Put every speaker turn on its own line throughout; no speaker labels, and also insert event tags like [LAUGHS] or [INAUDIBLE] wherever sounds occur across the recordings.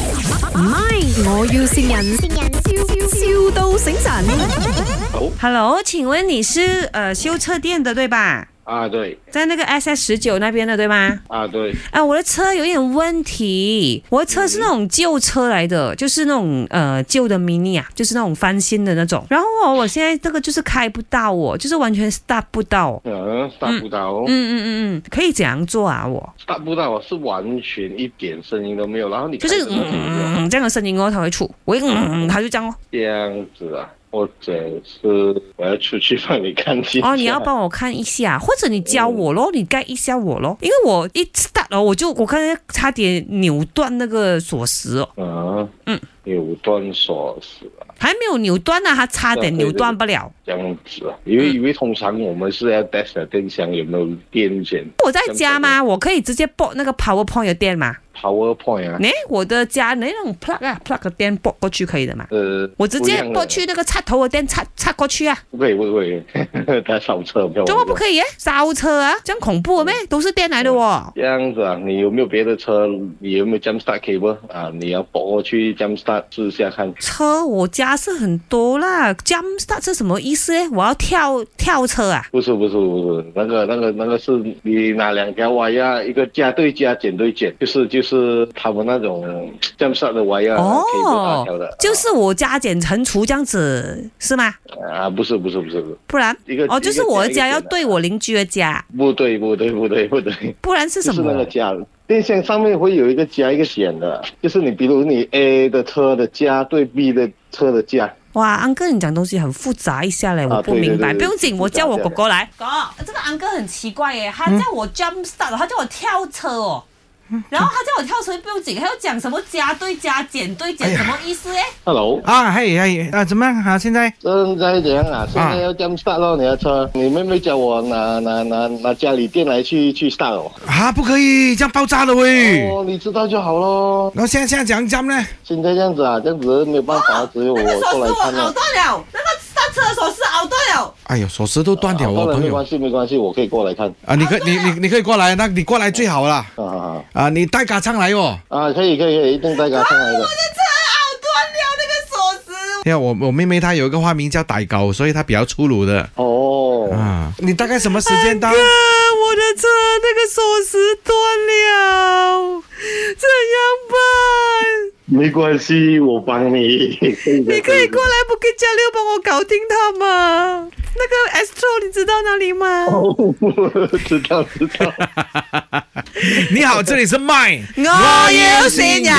唔係，我要善人，笑笑到醒神。
Hello，请问你是呃修车店的对吧？
啊，对，
在那个 SS 十九那边的对吗？
啊对，
啊，我的车有点问题，我的车是那种旧车来的，就是那种呃旧的 mini 啊，就是那种翻新的那种。然后哦，我现在这个就是开不到哦，就是完全 start 不到哦。
嗯、达不到，
嗯嗯嗯嗯，可以怎样做啊？我
达不到，我是完全一点声音都没有，然后你
就
开
是嗯
始
嗯嗯这样的声音哦，它会出，我一嗯嗯嗯，它就这样哦。
这样子啊，或者是我要出去帮你看一下。
哦，你要帮我看一下，或者你教我咯，你盖一下我咯，因为我一 start 哦，我就我刚才差点扭断那个锁匙
啊，
哦，嗯，
有断锁匙啊，
还没有扭断呢、它差点扭断不了。
这样子啊，因
嗯
为、因为通常我们是要 test 的电箱有没有电源
我在家吗？我可以直接拨那个 PowerPoint 的电嘛？
，PowerPoint 啊，
哎，我的家那种 plug 啊 plug 的电拨过去可以的嘛？
呃，
我直
不一
接
样的
拨，去那个插头的电插插过去啊，
喂喂喂， [LAUGHS] 他扫车不要啊
怎么不可以耶？烧车啊，这样恐怖的
嗯
咩？都是电来的哦。
这样子啊，你有没有别的车？你有没有 jump start cable 啊？你要拨过去 jump start 试一下看。
车我家是很多啦，jump start 是什么意思呢？我要跳跳车啊？
不是不是不是，那个那个那个是你拿两条 wire，一个加对加减对减，就是就是他们那种 jump start 的 wire，可呃以做大条的。
哦就是我加减乘除这样子是吗？
啊，不是不是不是，不是
不然
一个
哦，就是
一个
我的
加
家
一个
要
减啊
对我邻居的家，
不对不对不对不对，
不然是
就
什
是那个
么？
加。电线上面会有一个加一个减的，就是你比如你 A 的车的加对 B 的车的加，
哇，安哥，你讲东西很复杂一下嘞，我不
对对
明白。
啊对对
不用紧，
复杂
我叫我
一下
哥哥来。哥，这个安哥很奇怪耶，他叫我 jump start，他叫我跳车哦。然后他叫我跳车不用紧，他又讲什么加对加减对减，什么意思哎？
Hello，
啊，嘿，嘿，啊，怎么样？好、现在
现在怎样啊？现在要 jump start 咯，你的车。你妹妹叫我拿拿拿拿家里电来去去 start 哦。
啊，不可以，这样爆炸了喂。
哦，你知道就好咯。
然后现在现在讲讲呢？
现在这样子啊，这样子没有办法，只有我
那个
过
锁
来
匙我
看啊
咬
了。
断了，那个刹车的锁匙咬断了。
哎呦，手指都断掉
啊
哦，
当然
朋
没
友
关系，没关系，我可以过来看。
啊，你可你你你可以过来，那你过来最好啦。
啊啊
啊，你带嘎枪来哦。
啊！啊，可以可以可以，一定带给他上来的。
车咬断了那个锁匙。
哎呀，我我妹妹她有一个花名叫傣狗，所以她比较粗鲁的
哦，
啊。你大概什么时间到
哥，？哎我的车那个锁匙断了，怎样办？
没关系，我帮你。
你
你
可以过来不给加六帮我搞定他吗？那个 Astro 你知道哪里吗？
哦，知道知道。
你好，这里是
[LAUGHS]
麦。
我要哦新人，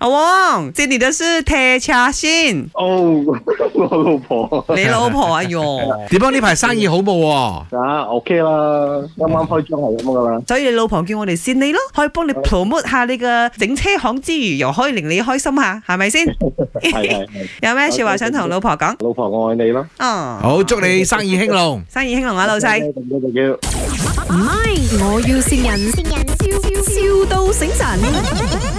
阿旺，这里的是铁车线，
[LAUGHS] 哦，我老婆。
你老婆哎
[LAUGHS]
哟，
点解呢排生意好冇、哦？
啊，OK 啦，啱啱開張係咁噶
[LAUGHS]
啦。
所以你老婆叫我哋先你咯，可以幫你 promote 下你嘅整車行之餘，又可以令你開心下，係咪先？
係係係，
有咩说話想同老婆講？
老婆我愛你啦。
哦，
好，祝你生意兴隆。
生意興隆啊，老細。
咁多就叫。
唔係，我要善人，笑笑到醒神。